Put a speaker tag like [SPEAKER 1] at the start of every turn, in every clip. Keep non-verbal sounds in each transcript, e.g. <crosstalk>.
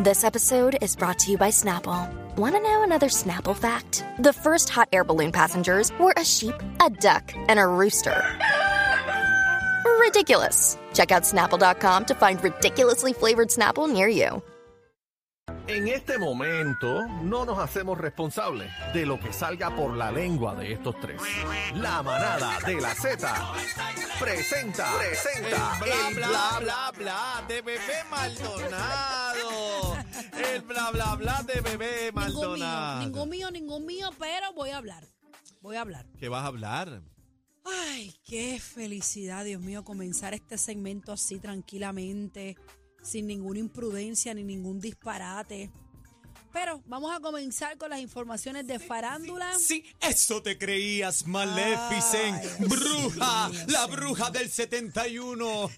[SPEAKER 1] This episode is brought to you by Snapple. Want to know another Snapple fact? The first hot air balloon passengers were a sheep, a duck, and a rooster. Ridiculous. Check out snapple.com to find ridiculously flavored Snapple near you.
[SPEAKER 2] En este momento no nos hacemos responsables de lo que salga por la lengua de estos tres. La manada de la Z presenta, presenta
[SPEAKER 3] bla, bla, bla, bla de bebé Maldonado. El bla, bla, bla de bebé
[SPEAKER 4] Ningún mío,
[SPEAKER 3] Maldonado.
[SPEAKER 4] ningún mío, ningún mío, pero voy a hablar. Voy a hablar.
[SPEAKER 3] ¿Qué vas a hablar?
[SPEAKER 4] Ay, qué felicidad, Dios mío, comenzar este segmento así tranquilamente, sin ninguna imprudencia ni ningún disparate. Pero vamos a comenzar con las informaciones de farándula.
[SPEAKER 5] Sí, eso te creías, Maleficent,
[SPEAKER 4] Ah. Ay,
[SPEAKER 5] bruja,
[SPEAKER 4] Dios
[SPEAKER 5] Ah, la
[SPEAKER 4] mío.
[SPEAKER 5] bruja del 71.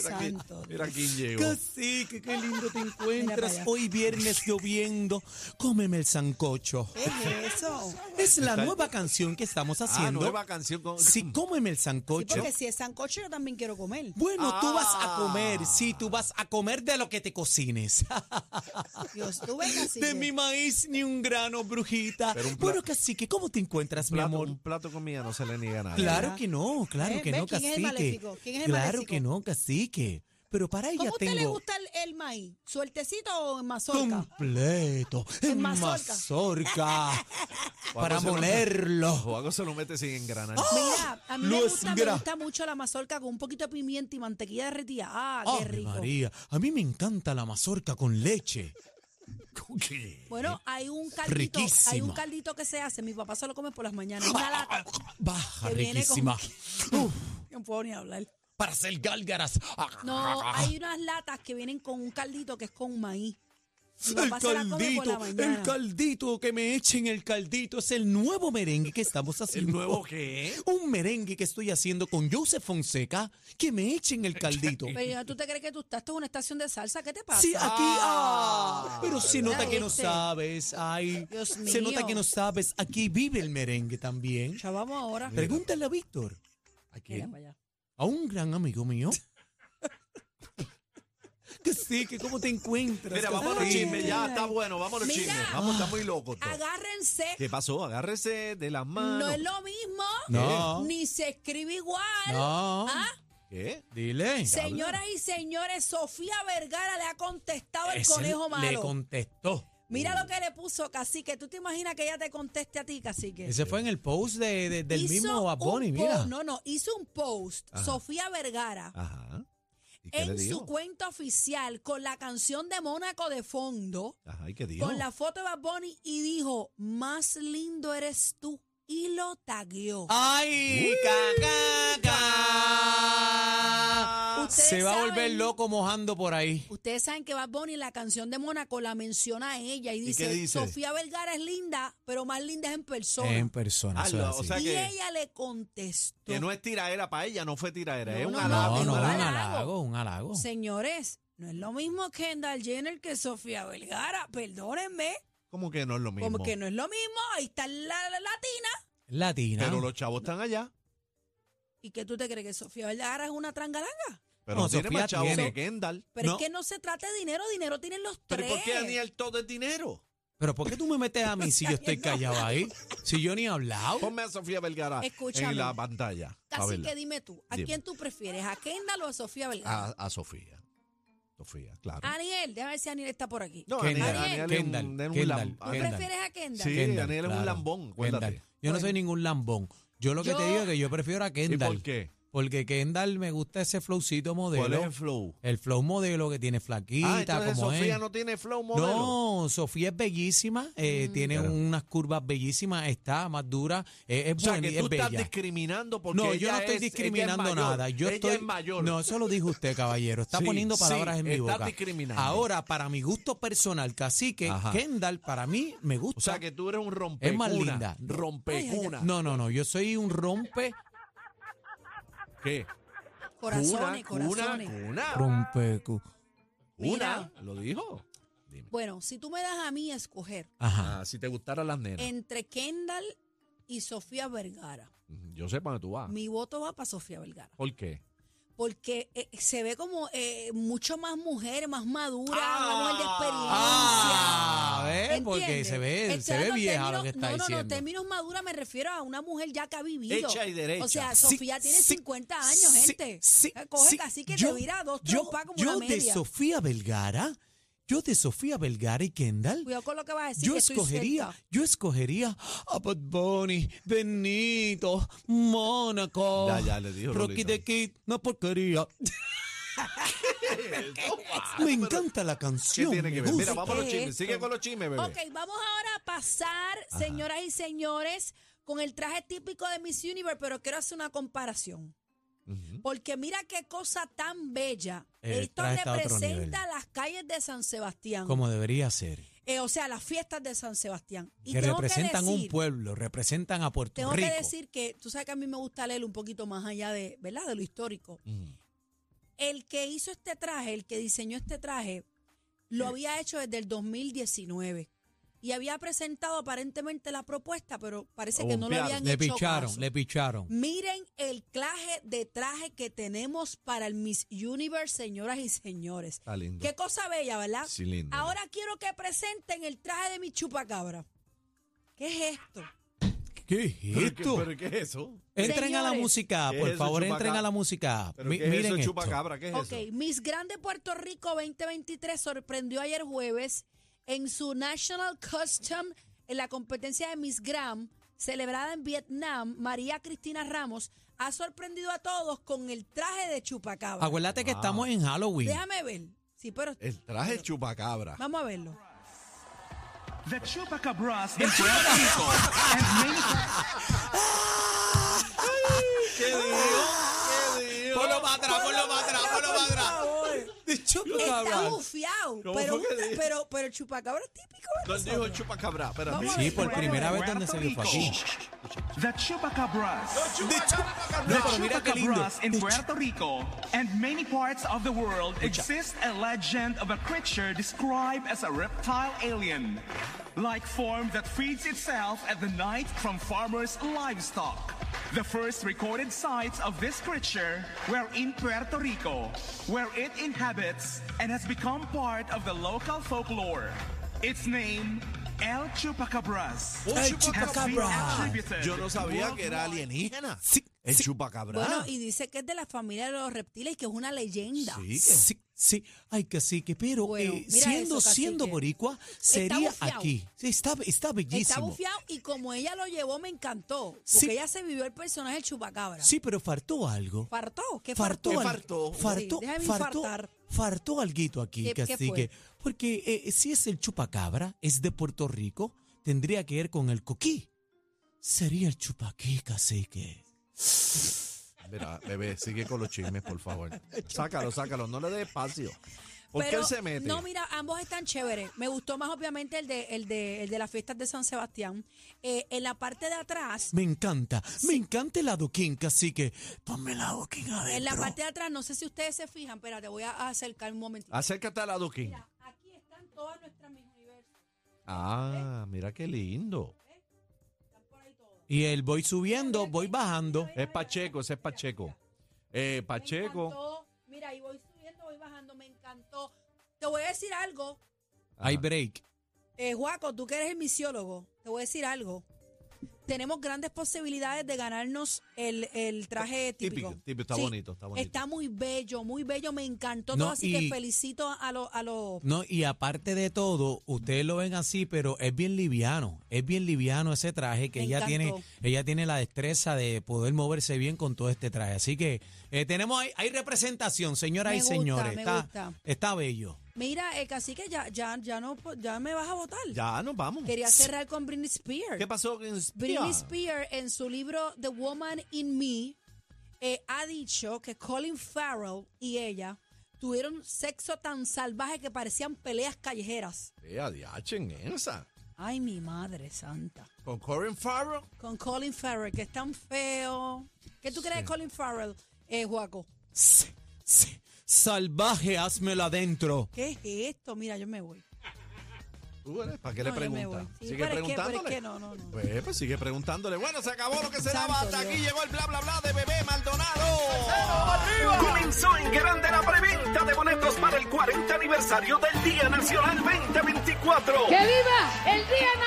[SPEAKER 4] Santo.
[SPEAKER 2] Mira quién llegó.
[SPEAKER 5] Casi, que Ah, qué lindo te
[SPEAKER 4] Mira para
[SPEAKER 5] encuentras.
[SPEAKER 4] allá.
[SPEAKER 5] Hoy viernes lloviendo, cómeme el sancocho.
[SPEAKER 4] ¿Qué es eso?
[SPEAKER 5] Es la nueva canción que estamos
[SPEAKER 3] Ah,
[SPEAKER 5] haciendo.
[SPEAKER 3] nueva canción con...
[SPEAKER 5] Sí, cómeme el
[SPEAKER 4] Sí,
[SPEAKER 5] sancocho.
[SPEAKER 4] porque si es sancocho, yo también quiero comer.
[SPEAKER 5] Bueno, tú vas a
[SPEAKER 3] Ah.
[SPEAKER 5] comer, sí, tú vas a comer de lo que te cocines.
[SPEAKER 4] Dios, tú ven así.
[SPEAKER 5] <laughs> De mi maíz ni un grano, brujita.
[SPEAKER 3] Pero un pla-
[SPEAKER 5] Bueno, cacique, ¿cómo te encuentras, mi
[SPEAKER 3] plato-
[SPEAKER 5] amor?
[SPEAKER 3] Un plato comida no se le niega nada.
[SPEAKER 5] Claro que no, claro
[SPEAKER 4] ¿Ves?
[SPEAKER 5] que
[SPEAKER 4] ¿Eh? ¿Ves
[SPEAKER 5] no,
[SPEAKER 4] quién es el
[SPEAKER 5] cacique.
[SPEAKER 4] maléfico? ¿Quién es el
[SPEAKER 5] claro
[SPEAKER 4] maléfico?
[SPEAKER 5] que no, cacique. Pero para
[SPEAKER 4] ¿Cómo
[SPEAKER 5] ella
[SPEAKER 4] a usted le
[SPEAKER 5] tengo
[SPEAKER 4] gusta el, el maíz? ¿Sueltecito o en mazorca?
[SPEAKER 5] completo en
[SPEAKER 4] En mazorca. <laughs>
[SPEAKER 5] mazorca
[SPEAKER 3] Juaco
[SPEAKER 5] para
[SPEAKER 3] se lo-
[SPEAKER 5] molerlo. ¡Ah!
[SPEAKER 3] Juaco se lo mete sin engranar.
[SPEAKER 4] Mira, a mí
[SPEAKER 5] Lo
[SPEAKER 4] me gusta, me
[SPEAKER 5] esgra-
[SPEAKER 4] gusta mucho la mazorca con un poquito de pimienta y mantequilla derretida. Ah, qué
[SPEAKER 5] Ave
[SPEAKER 4] rico.
[SPEAKER 5] María, a mí me encanta la mazorca con leche.
[SPEAKER 4] Bueno, hay un caldito,
[SPEAKER 5] Riquísima.
[SPEAKER 4] hay un caldito que se hace, mi papá se lo come por las mañanas, una
[SPEAKER 5] <laughs>
[SPEAKER 4] lata.
[SPEAKER 5] Baja,
[SPEAKER 4] Que viene
[SPEAKER 5] riquísima. Uf,
[SPEAKER 4] No puedo ni hablar.
[SPEAKER 5] para hacer gálgaras. Ah,
[SPEAKER 4] No, hay unas latas que vienen con un caldito que es con maíz. Mi
[SPEAKER 5] El
[SPEAKER 4] papá se la come por la
[SPEAKER 5] caldito, el
[SPEAKER 4] mañana.
[SPEAKER 5] caldito que me echen el caldito es el nuevo merengue que estamos haciendo.
[SPEAKER 3] nuevo qué?
[SPEAKER 5] Un merengue que estoy haciendo con Joseph Fonseca que me echen
[SPEAKER 3] <laughs>
[SPEAKER 5] el caldito.
[SPEAKER 4] Pero tú te crees que tú estás esto es una estación de salsa, ¿qué te pasa?
[SPEAKER 5] Sí, aquí. Ah, pero se nota
[SPEAKER 4] ¿verdad?
[SPEAKER 5] que no
[SPEAKER 4] Este.
[SPEAKER 5] sabes. Ay,
[SPEAKER 4] Dios
[SPEAKER 5] se nota
[SPEAKER 4] mío.
[SPEAKER 5] que no sabes. Aquí vive el merengue también.
[SPEAKER 4] Ya vamos ahora.
[SPEAKER 5] Pregúntale a Víctor,
[SPEAKER 3] ¿A
[SPEAKER 4] Mira
[SPEAKER 3] quién?
[SPEAKER 4] para allá.
[SPEAKER 5] a un gran amigo mío. que sí, que cómo te encuentras.
[SPEAKER 3] Mira,
[SPEAKER 5] Casi.
[SPEAKER 3] vámonos
[SPEAKER 4] Ay,
[SPEAKER 3] chisme,
[SPEAKER 4] ay,
[SPEAKER 3] ya
[SPEAKER 4] ay.
[SPEAKER 3] está bueno, vámonos
[SPEAKER 4] Mira.
[SPEAKER 3] chisme. Vamos, está muy loco todo.
[SPEAKER 4] Agárrense,
[SPEAKER 3] ¿Qué pasó? Agárrese de las manos.
[SPEAKER 4] no es lo mismo,
[SPEAKER 5] No.
[SPEAKER 4] ni se escribe igual.
[SPEAKER 5] No.
[SPEAKER 4] ¿Ah?
[SPEAKER 3] ¿Qué?
[SPEAKER 5] Dile.
[SPEAKER 4] Señoras y señores, Sofía Vergara le ha contestado el
[SPEAKER 5] Ese
[SPEAKER 4] conejo
[SPEAKER 5] Le
[SPEAKER 4] malo.
[SPEAKER 5] contestó.
[SPEAKER 4] Mira lo que le puso Cacique. ¿Tú te imaginas que ella te conteste a ti, Cacique?
[SPEAKER 5] Ese fue en el post de- de- del
[SPEAKER 4] Hizo
[SPEAKER 5] mismo Bad Bunny,
[SPEAKER 4] un
[SPEAKER 5] mira. Ah,
[SPEAKER 4] post- no, no, hizo un post,
[SPEAKER 3] Ajá.
[SPEAKER 4] Sofía Vergara,
[SPEAKER 3] Ajá. ¿Y qué le
[SPEAKER 4] en
[SPEAKER 3] dijo?
[SPEAKER 4] su cuenta oficial con la canción de Mónaco de fondo,
[SPEAKER 3] Ajá, ¿y qué dijo?
[SPEAKER 4] con la foto de Bad Bunny y dijo, más lindo eres tú. Y lo tagueó.
[SPEAKER 5] ¡Ay! ca, ca, ca.
[SPEAKER 4] Ustedes
[SPEAKER 5] Ah, Se va a
[SPEAKER 4] saben-
[SPEAKER 5] volver loco mojando por ahí.
[SPEAKER 4] Ustedes saben que Bad Bunny, la canción de Mónaco, la menciona a ella y dice,
[SPEAKER 3] qué dice?
[SPEAKER 4] Sofía Vergara es linda, pero más linda es en persona.
[SPEAKER 5] En persona. eso es
[SPEAKER 3] Hazlo, o
[SPEAKER 5] así.
[SPEAKER 3] sea
[SPEAKER 4] y
[SPEAKER 3] que-
[SPEAKER 4] ella le contestó.
[SPEAKER 3] Que no es tiraera para ella, no fue tiraera,
[SPEAKER 4] No,
[SPEAKER 3] es un
[SPEAKER 4] no,
[SPEAKER 3] halago.
[SPEAKER 5] no,
[SPEAKER 3] un
[SPEAKER 5] no, un
[SPEAKER 3] halago.
[SPEAKER 5] halago, un halago.
[SPEAKER 4] Señores, no es lo mismo Kendall Jenner que Sofía Vergara, perdónenme,
[SPEAKER 3] ¿Cómo que no es lo mismo?
[SPEAKER 4] como que no es lo mismo, ahí está la, la latina.
[SPEAKER 5] Latina.
[SPEAKER 3] Pero los chavos están allá.
[SPEAKER 4] ¿Y qué tú te crees que Sofía Vergara es una trangalanga?
[SPEAKER 3] Pero
[SPEAKER 5] No,
[SPEAKER 3] no, tiene
[SPEAKER 5] Sofía
[SPEAKER 3] más chavos
[SPEAKER 5] tiene.
[SPEAKER 3] que Kendall.
[SPEAKER 4] Pero
[SPEAKER 5] No.
[SPEAKER 4] es que no se trata de dinero, dinero tienen los
[SPEAKER 3] ¿Pero
[SPEAKER 4] tres.
[SPEAKER 3] ¿y por qué Daniel todo es dinero?
[SPEAKER 5] Pero ¿por qué tú me metes a mí si yo
[SPEAKER 3] <laughs>
[SPEAKER 5] estoy callado ahí? Si yo ni he hablado.
[SPEAKER 3] Ponme a Sofía Vergara
[SPEAKER 4] Escúchame.
[SPEAKER 3] en la pantalla. a
[SPEAKER 4] Así
[SPEAKER 3] verla.
[SPEAKER 4] que dime tú, ¿a
[SPEAKER 3] Dime.
[SPEAKER 4] quién tú prefieres, a Kendall o a Sofía Vergara?
[SPEAKER 3] a, a Sofía. Sofía, claro.
[SPEAKER 4] Aniel, déjame ver si Aniel está por aquí.
[SPEAKER 3] no,
[SPEAKER 5] Ah, Kendall,
[SPEAKER 3] Daniel, Daniel es un-
[SPEAKER 5] Kendall,
[SPEAKER 3] es un Ah,
[SPEAKER 5] Kendall,
[SPEAKER 3] lam-
[SPEAKER 4] ¿Tú
[SPEAKER 5] Kendall.
[SPEAKER 4] prefieres a Kendall?
[SPEAKER 3] Sí, Daniel es un lambón, acuérdate.
[SPEAKER 5] Kendall. Yo no soy ningún lambón. Yo lo que
[SPEAKER 4] Yo-
[SPEAKER 5] te digo es que yo prefiero a
[SPEAKER 3] ¿Y
[SPEAKER 5] Kendall.
[SPEAKER 3] por qué?
[SPEAKER 5] Porque Kendall me gusta ese flowcito
[SPEAKER 3] ¿Cuál
[SPEAKER 5] modelo.
[SPEAKER 3] es el flow?
[SPEAKER 5] El flow modelo que tiene
[SPEAKER 3] Ah,
[SPEAKER 5] flaquita,
[SPEAKER 3] entonces
[SPEAKER 5] como
[SPEAKER 3] Sofía
[SPEAKER 5] es.
[SPEAKER 3] no tiene flow modelo. Mm.
[SPEAKER 5] No, Sofía es bellísima, eh, tiene
[SPEAKER 3] Claro.
[SPEAKER 5] unas curvas bellísimas, está más dura, eh, es
[SPEAKER 3] O sea,
[SPEAKER 5] buena,
[SPEAKER 3] que
[SPEAKER 5] y
[SPEAKER 3] tú
[SPEAKER 5] es
[SPEAKER 3] estás
[SPEAKER 5] bella.
[SPEAKER 3] discriminando porque
[SPEAKER 5] No, yo
[SPEAKER 3] ella
[SPEAKER 5] no estoy
[SPEAKER 3] es- ella es
[SPEAKER 5] discriminando
[SPEAKER 3] mayor.
[SPEAKER 5] nada. Yo
[SPEAKER 3] Ella
[SPEAKER 5] estoy,
[SPEAKER 3] es mayor.
[SPEAKER 5] No, eso lo dijo usted, caballero. Está
[SPEAKER 3] <laughs> Sí,
[SPEAKER 5] poniendo
[SPEAKER 3] sí,
[SPEAKER 5] palabras en mi
[SPEAKER 3] estás
[SPEAKER 5] boca.
[SPEAKER 3] discriminando.
[SPEAKER 5] Ahora, para mi gusto personal, cacique,
[SPEAKER 3] Ajá.
[SPEAKER 5] Kendall, para mí me gusta.
[SPEAKER 3] O sea, que tú eres un rompecuna.
[SPEAKER 5] linda.
[SPEAKER 3] Rompecuna.
[SPEAKER 5] No, no, no. Yo soy un rompe.
[SPEAKER 3] ¿Qué?
[SPEAKER 4] Corazones,
[SPEAKER 3] Cuna,
[SPEAKER 4] corazones.
[SPEAKER 3] Cuna, cuna.
[SPEAKER 5] Rompe. cu-
[SPEAKER 3] Una, lo dijo. Dime.
[SPEAKER 4] Bueno, si tú me das a mí a escoger
[SPEAKER 5] Ajá.
[SPEAKER 3] Ah, si te gustaran las nenas.
[SPEAKER 4] entre Kendall y Sofía Vergara,
[SPEAKER 3] Yo sé para dónde tú vas.
[SPEAKER 5] Ah.
[SPEAKER 4] mi voto va para Sofía Vergara.
[SPEAKER 3] ¿Por qué?
[SPEAKER 4] porque eh, se ve como eh, mucho más mujer, más madura, más mujer de experiencia.
[SPEAKER 5] Ah, ¿ves? Porque
[SPEAKER 4] ¿Entiendes?
[SPEAKER 5] se ve,
[SPEAKER 4] Estoy
[SPEAKER 5] se ve
[SPEAKER 4] hablando en
[SPEAKER 5] vieja lo
[SPEAKER 4] términos-
[SPEAKER 5] que está
[SPEAKER 4] no, No, no,
[SPEAKER 5] diciendo.
[SPEAKER 4] términos madura me refiero a una mujer ya que ha vivido.
[SPEAKER 3] Hecha y derecha.
[SPEAKER 4] O sea,
[SPEAKER 5] Sí,
[SPEAKER 4] Sofía tiene
[SPEAKER 5] sí,
[SPEAKER 4] 50 años,
[SPEAKER 5] sí,
[SPEAKER 4] gente.
[SPEAKER 5] sí,
[SPEAKER 4] Coge
[SPEAKER 5] sí.
[SPEAKER 4] casi que
[SPEAKER 5] Yo-
[SPEAKER 4] te vira dos
[SPEAKER 5] yo-
[SPEAKER 4] trompas como
[SPEAKER 5] Yo
[SPEAKER 4] una
[SPEAKER 5] de
[SPEAKER 4] media.
[SPEAKER 5] Sofía Vergara, yo de Sofía Vergara y Kendall,
[SPEAKER 4] Cuidado con lo que vas a decir.
[SPEAKER 5] yo
[SPEAKER 4] que estoy
[SPEAKER 5] escogería,
[SPEAKER 4] cerca.
[SPEAKER 5] yo escogería a Bad Bunny, Benito, Mónaco,
[SPEAKER 3] Ya, ya, le dijo
[SPEAKER 5] Rocky
[SPEAKER 3] Lolita.
[SPEAKER 5] the Kid,
[SPEAKER 3] <laughs>
[SPEAKER 5] una porquería. Me encanta la
[SPEAKER 3] ¿Qué
[SPEAKER 5] canción.
[SPEAKER 3] tiene que
[SPEAKER 5] me
[SPEAKER 3] ver? Mira,
[SPEAKER 5] gusta.
[SPEAKER 3] vamos a los
[SPEAKER 4] ¿Qué es
[SPEAKER 3] chismes.
[SPEAKER 4] esto?
[SPEAKER 3] Sigue con los chismes, bebé.
[SPEAKER 4] Ok, vamos ahora a pasar, señoras y señores, con el traje típico de Miss Universe, pero quiero hacer una comparación.
[SPEAKER 3] Ujú.
[SPEAKER 4] Porque mira qué cosa tan bella.
[SPEAKER 5] El
[SPEAKER 4] Esto
[SPEAKER 5] traje está a otro
[SPEAKER 4] representa
[SPEAKER 5] nivel.
[SPEAKER 4] las calles de San Sebastián.
[SPEAKER 5] Como debería ser.
[SPEAKER 4] Eh, o sea, las fiestas de San Sebastián. Y
[SPEAKER 5] que
[SPEAKER 4] tengo
[SPEAKER 5] representan
[SPEAKER 4] que decir,
[SPEAKER 5] un pueblo, representan a Puerto
[SPEAKER 4] Tengo
[SPEAKER 5] Rico.
[SPEAKER 4] que decir que tú sabes que a mí me gusta leer un poquito más allá de, ¿verdad? De lo histórico.
[SPEAKER 3] Ujú.
[SPEAKER 4] El que hizo este traje, el que diseñó este traje, lo había hecho desde el 2019 y había presentado aparentemente la propuesta, pero parece que no lo
[SPEAKER 3] Obviaron.
[SPEAKER 4] habían
[SPEAKER 5] le
[SPEAKER 4] hecho
[SPEAKER 5] picharon,
[SPEAKER 4] caso.
[SPEAKER 5] le picharon.
[SPEAKER 4] Miren el claje de traje que tenemos para el Miss Universe, señoras y señores.
[SPEAKER 3] Está lindo.
[SPEAKER 4] Qué cosa bella, ¿verdad?
[SPEAKER 3] Sí, lindo.
[SPEAKER 4] Ahora quiero que presenten el traje de mi chupacabra. ¿Qué es esto?
[SPEAKER 5] ¿Qué es
[SPEAKER 3] ¿Pero qué,
[SPEAKER 5] esto?
[SPEAKER 3] pero qué es eso?
[SPEAKER 5] Entren a la
[SPEAKER 4] Señores.
[SPEAKER 5] música,
[SPEAKER 3] ¿Qué es
[SPEAKER 5] por
[SPEAKER 3] eso,
[SPEAKER 5] favor,
[SPEAKER 3] chupacabra?
[SPEAKER 5] entren a la música.
[SPEAKER 3] ¿Pero
[SPEAKER 5] Mi-
[SPEAKER 3] qué es
[SPEAKER 5] miren
[SPEAKER 3] eso,
[SPEAKER 5] esto.
[SPEAKER 3] chupacabra? ¿Qué es
[SPEAKER 4] Ok,
[SPEAKER 3] eso?
[SPEAKER 4] Miss Grande Puerto Rico 2023 sorprendió ayer jueves en su National Custom en la competencia de Miss Gram celebrada en Vietnam. María Cristina Ramos ha sorprendido a todos con el traje de chupacabra.
[SPEAKER 5] Acuérdate que
[SPEAKER 3] Wow.
[SPEAKER 5] estamos en Halloween.
[SPEAKER 4] Déjame ver. Sí, pero
[SPEAKER 3] El traje chupacabra.
[SPEAKER 4] vamos a verlo.
[SPEAKER 6] The Chupacabras in Puerto Rico and many
[SPEAKER 3] ¿Qué dijo? ¿Qué dijo?
[SPEAKER 5] Ponlo para atrás, ponlo para atrás, ponlo para
[SPEAKER 4] por
[SPEAKER 5] atrás.
[SPEAKER 4] favor.
[SPEAKER 5] De
[SPEAKER 4] Está
[SPEAKER 5] chupacabra.
[SPEAKER 4] bufiado,
[SPEAKER 3] ¿Cómo
[SPEAKER 4] pero,
[SPEAKER 3] fue que
[SPEAKER 4] un-
[SPEAKER 3] dijo?
[SPEAKER 4] pero, pero el chupacabra es típico. de
[SPEAKER 3] ¿Dónde dijo
[SPEAKER 4] nosotros.
[SPEAKER 3] el chupacabra? Espérate.
[SPEAKER 4] Vamos a
[SPEAKER 5] Sí,
[SPEAKER 4] ver.
[SPEAKER 5] por
[SPEAKER 4] Bueno,
[SPEAKER 5] primera vez
[SPEAKER 6] Puerto
[SPEAKER 5] donde se le fue.
[SPEAKER 6] Rico.
[SPEAKER 5] Shh, shh.
[SPEAKER 6] The Chupacabras.
[SPEAKER 3] De chupacabra.
[SPEAKER 6] The
[SPEAKER 5] No, pero mira qué lindo.
[SPEAKER 6] Chupacabras in Puerto Rico and many parts of the world exists a legend of a creature described as a reptile alien, like form that feeds itself at the night from farmers' livestock. The first recorded sites of this creature were in Puerto Rico, where it inhabits and has become part of the local folklore. Its name, El Chupacabras.
[SPEAKER 3] Un chupacabra.
[SPEAKER 5] El
[SPEAKER 6] has been
[SPEAKER 5] chupacabra.
[SPEAKER 6] attributed
[SPEAKER 3] Yo no sabía que era
[SPEAKER 6] worldwide.
[SPEAKER 3] alienígena.
[SPEAKER 5] Sí,
[SPEAKER 3] El
[SPEAKER 5] sí.
[SPEAKER 3] chupacabra.
[SPEAKER 4] Bueno, y dice que es de la familia de los reptiles y que es una leyenda.
[SPEAKER 3] Sí, que-
[SPEAKER 5] Sí, sí. Ay, cacique, pero
[SPEAKER 4] Bueno,
[SPEAKER 5] eh,
[SPEAKER 4] mira
[SPEAKER 5] siendo,
[SPEAKER 4] eso,
[SPEAKER 5] siendo
[SPEAKER 4] cacique.
[SPEAKER 5] boricua, sería
[SPEAKER 4] bufiao.
[SPEAKER 5] aquí. Sí, está, está
[SPEAKER 4] Está
[SPEAKER 5] bellísimo.
[SPEAKER 4] bufiado y como ella lo llevó me encantó. Porque
[SPEAKER 5] Sí.
[SPEAKER 4] ella se vivió el personaje del chupacabra.
[SPEAKER 5] Sí, pero faltó algo.
[SPEAKER 4] ¿Fartó? ¿Qué fartó?
[SPEAKER 5] Fartó, al-
[SPEAKER 3] fartó?
[SPEAKER 5] fartó,
[SPEAKER 4] Sí, déjame
[SPEAKER 5] fartó,
[SPEAKER 4] infartar.
[SPEAKER 5] fartó alguito aquí,
[SPEAKER 4] ¿Qué- qué
[SPEAKER 5] cacique.
[SPEAKER 4] fue?
[SPEAKER 5] Porque eh, si es el chupacabra, es de Puerto Rico, tendría que ver con el coquí. Sería el chupaquí, cacique.
[SPEAKER 3] Mira, bebé, sigue con los chismes, por favor. Sácalo, sácalo, no le des espacio. ¿Por qué
[SPEAKER 4] Pero,
[SPEAKER 3] él se mete?
[SPEAKER 4] No, mira, ambos están chéveres. Me gustó más obviamente el de, el de, el de las fiestas de San Sebastián. Eh, en la parte de atrás,
[SPEAKER 5] Me encanta, me encanta el adoquín, cacique. Ponme el adoquín adentro.
[SPEAKER 4] en la parte de atrás, no sé si ustedes se fijan, pero te voy a acercar un momentito.
[SPEAKER 3] Acércate a la Duquín.
[SPEAKER 4] Aquí están todas nuestras mis universos.
[SPEAKER 3] Ah, mira qué lindo.
[SPEAKER 5] Y él voy subiendo, voy bajando.
[SPEAKER 3] Es Pacheco, ese es Pacheco. Eh,
[SPEAKER 4] Me
[SPEAKER 3] Pacheco.
[SPEAKER 4] encantó. Mira, y voy subiendo, voy bajando, me encantó. Te voy a decir algo.
[SPEAKER 5] Hay break.
[SPEAKER 4] Eh, Juaco, tú que eres el misiólogo, te voy a decir algo. Tenemos grandes posibilidades de ganarnos el, el traje típico.
[SPEAKER 3] Típico, típico, está bonito, está bonito.
[SPEAKER 4] Está muy bello, muy bello, me encantó
[SPEAKER 5] No,
[SPEAKER 4] todo, así que
[SPEAKER 5] y-
[SPEAKER 4] felicito a los... A los
[SPEAKER 5] No, y aparte de todo, ustedes lo ven así, pero es bien liviano, es bien liviano ese traje que
[SPEAKER 4] Me
[SPEAKER 5] ella tiene,
[SPEAKER 4] encantó.
[SPEAKER 5] ella tiene la destreza de poder moverse bien con todo este traje. Así que eh, tenemos ahí, hay representación, señoras
[SPEAKER 4] Me
[SPEAKER 5] y
[SPEAKER 4] gusta,
[SPEAKER 5] señores.
[SPEAKER 4] me
[SPEAKER 5] está,
[SPEAKER 4] gusta.
[SPEAKER 5] está bello.
[SPEAKER 4] Mira, eh, casi que ya, ya, ya, no, po- ya me vas a votar.
[SPEAKER 3] Ya nos vamos.
[SPEAKER 4] Quería cerrar con Britney Spears.
[SPEAKER 3] ¿Qué pasó con
[SPEAKER 4] Britney Spears en su libro The Woman in Me eh, ha dicho que Colin Farrell y ella tuvieron sexo tan salvaje que parecían peleas callejeras.
[SPEAKER 3] Eh, adiache, en esa.
[SPEAKER 4] Ay, mi madre santa.
[SPEAKER 3] Con Corin Farrell.
[SPEAKER 4] Con Colin Farrell, que es tan feo. ¿Qué tú crees de Colin Farrell, eh, Juaco?
[SPEAKER 5] Sí, sí. Salvaje, házmela adentro.
[SPEAKER 4] ¿Qué es esto? Mira, yo me voy.
[SPEAKER 3] Tú eres, ¿Para qué le
[SPEAKER 4] No, yo me voy.
[SPEAKER 3] preguntas?
[SPEAKER 4] Sí,
[SPEAKER 3] sigue
[SPEAKER 4] pero es que- pero es
[SPEAKER 3] preguntándole.
[SPEAKER 4] que no, no, no.
[SPEAKER 3] Pues, pues sigue preguntándole. Bueno, se acabó lo que se
[SPEAKER 4] Santo
[SPEAKER 3] daba. Hasta aquí
[SPEAKER 4] Dios.
[SPEAKER 3] llegó el bla bla bla de bebé Maldonado.
[SPEAKER 2] Comenzó en grande la preventa de boletos para el 40 aniversario del Día Nacional 2024.
[SPEAKER 7] ¡Que viva el Día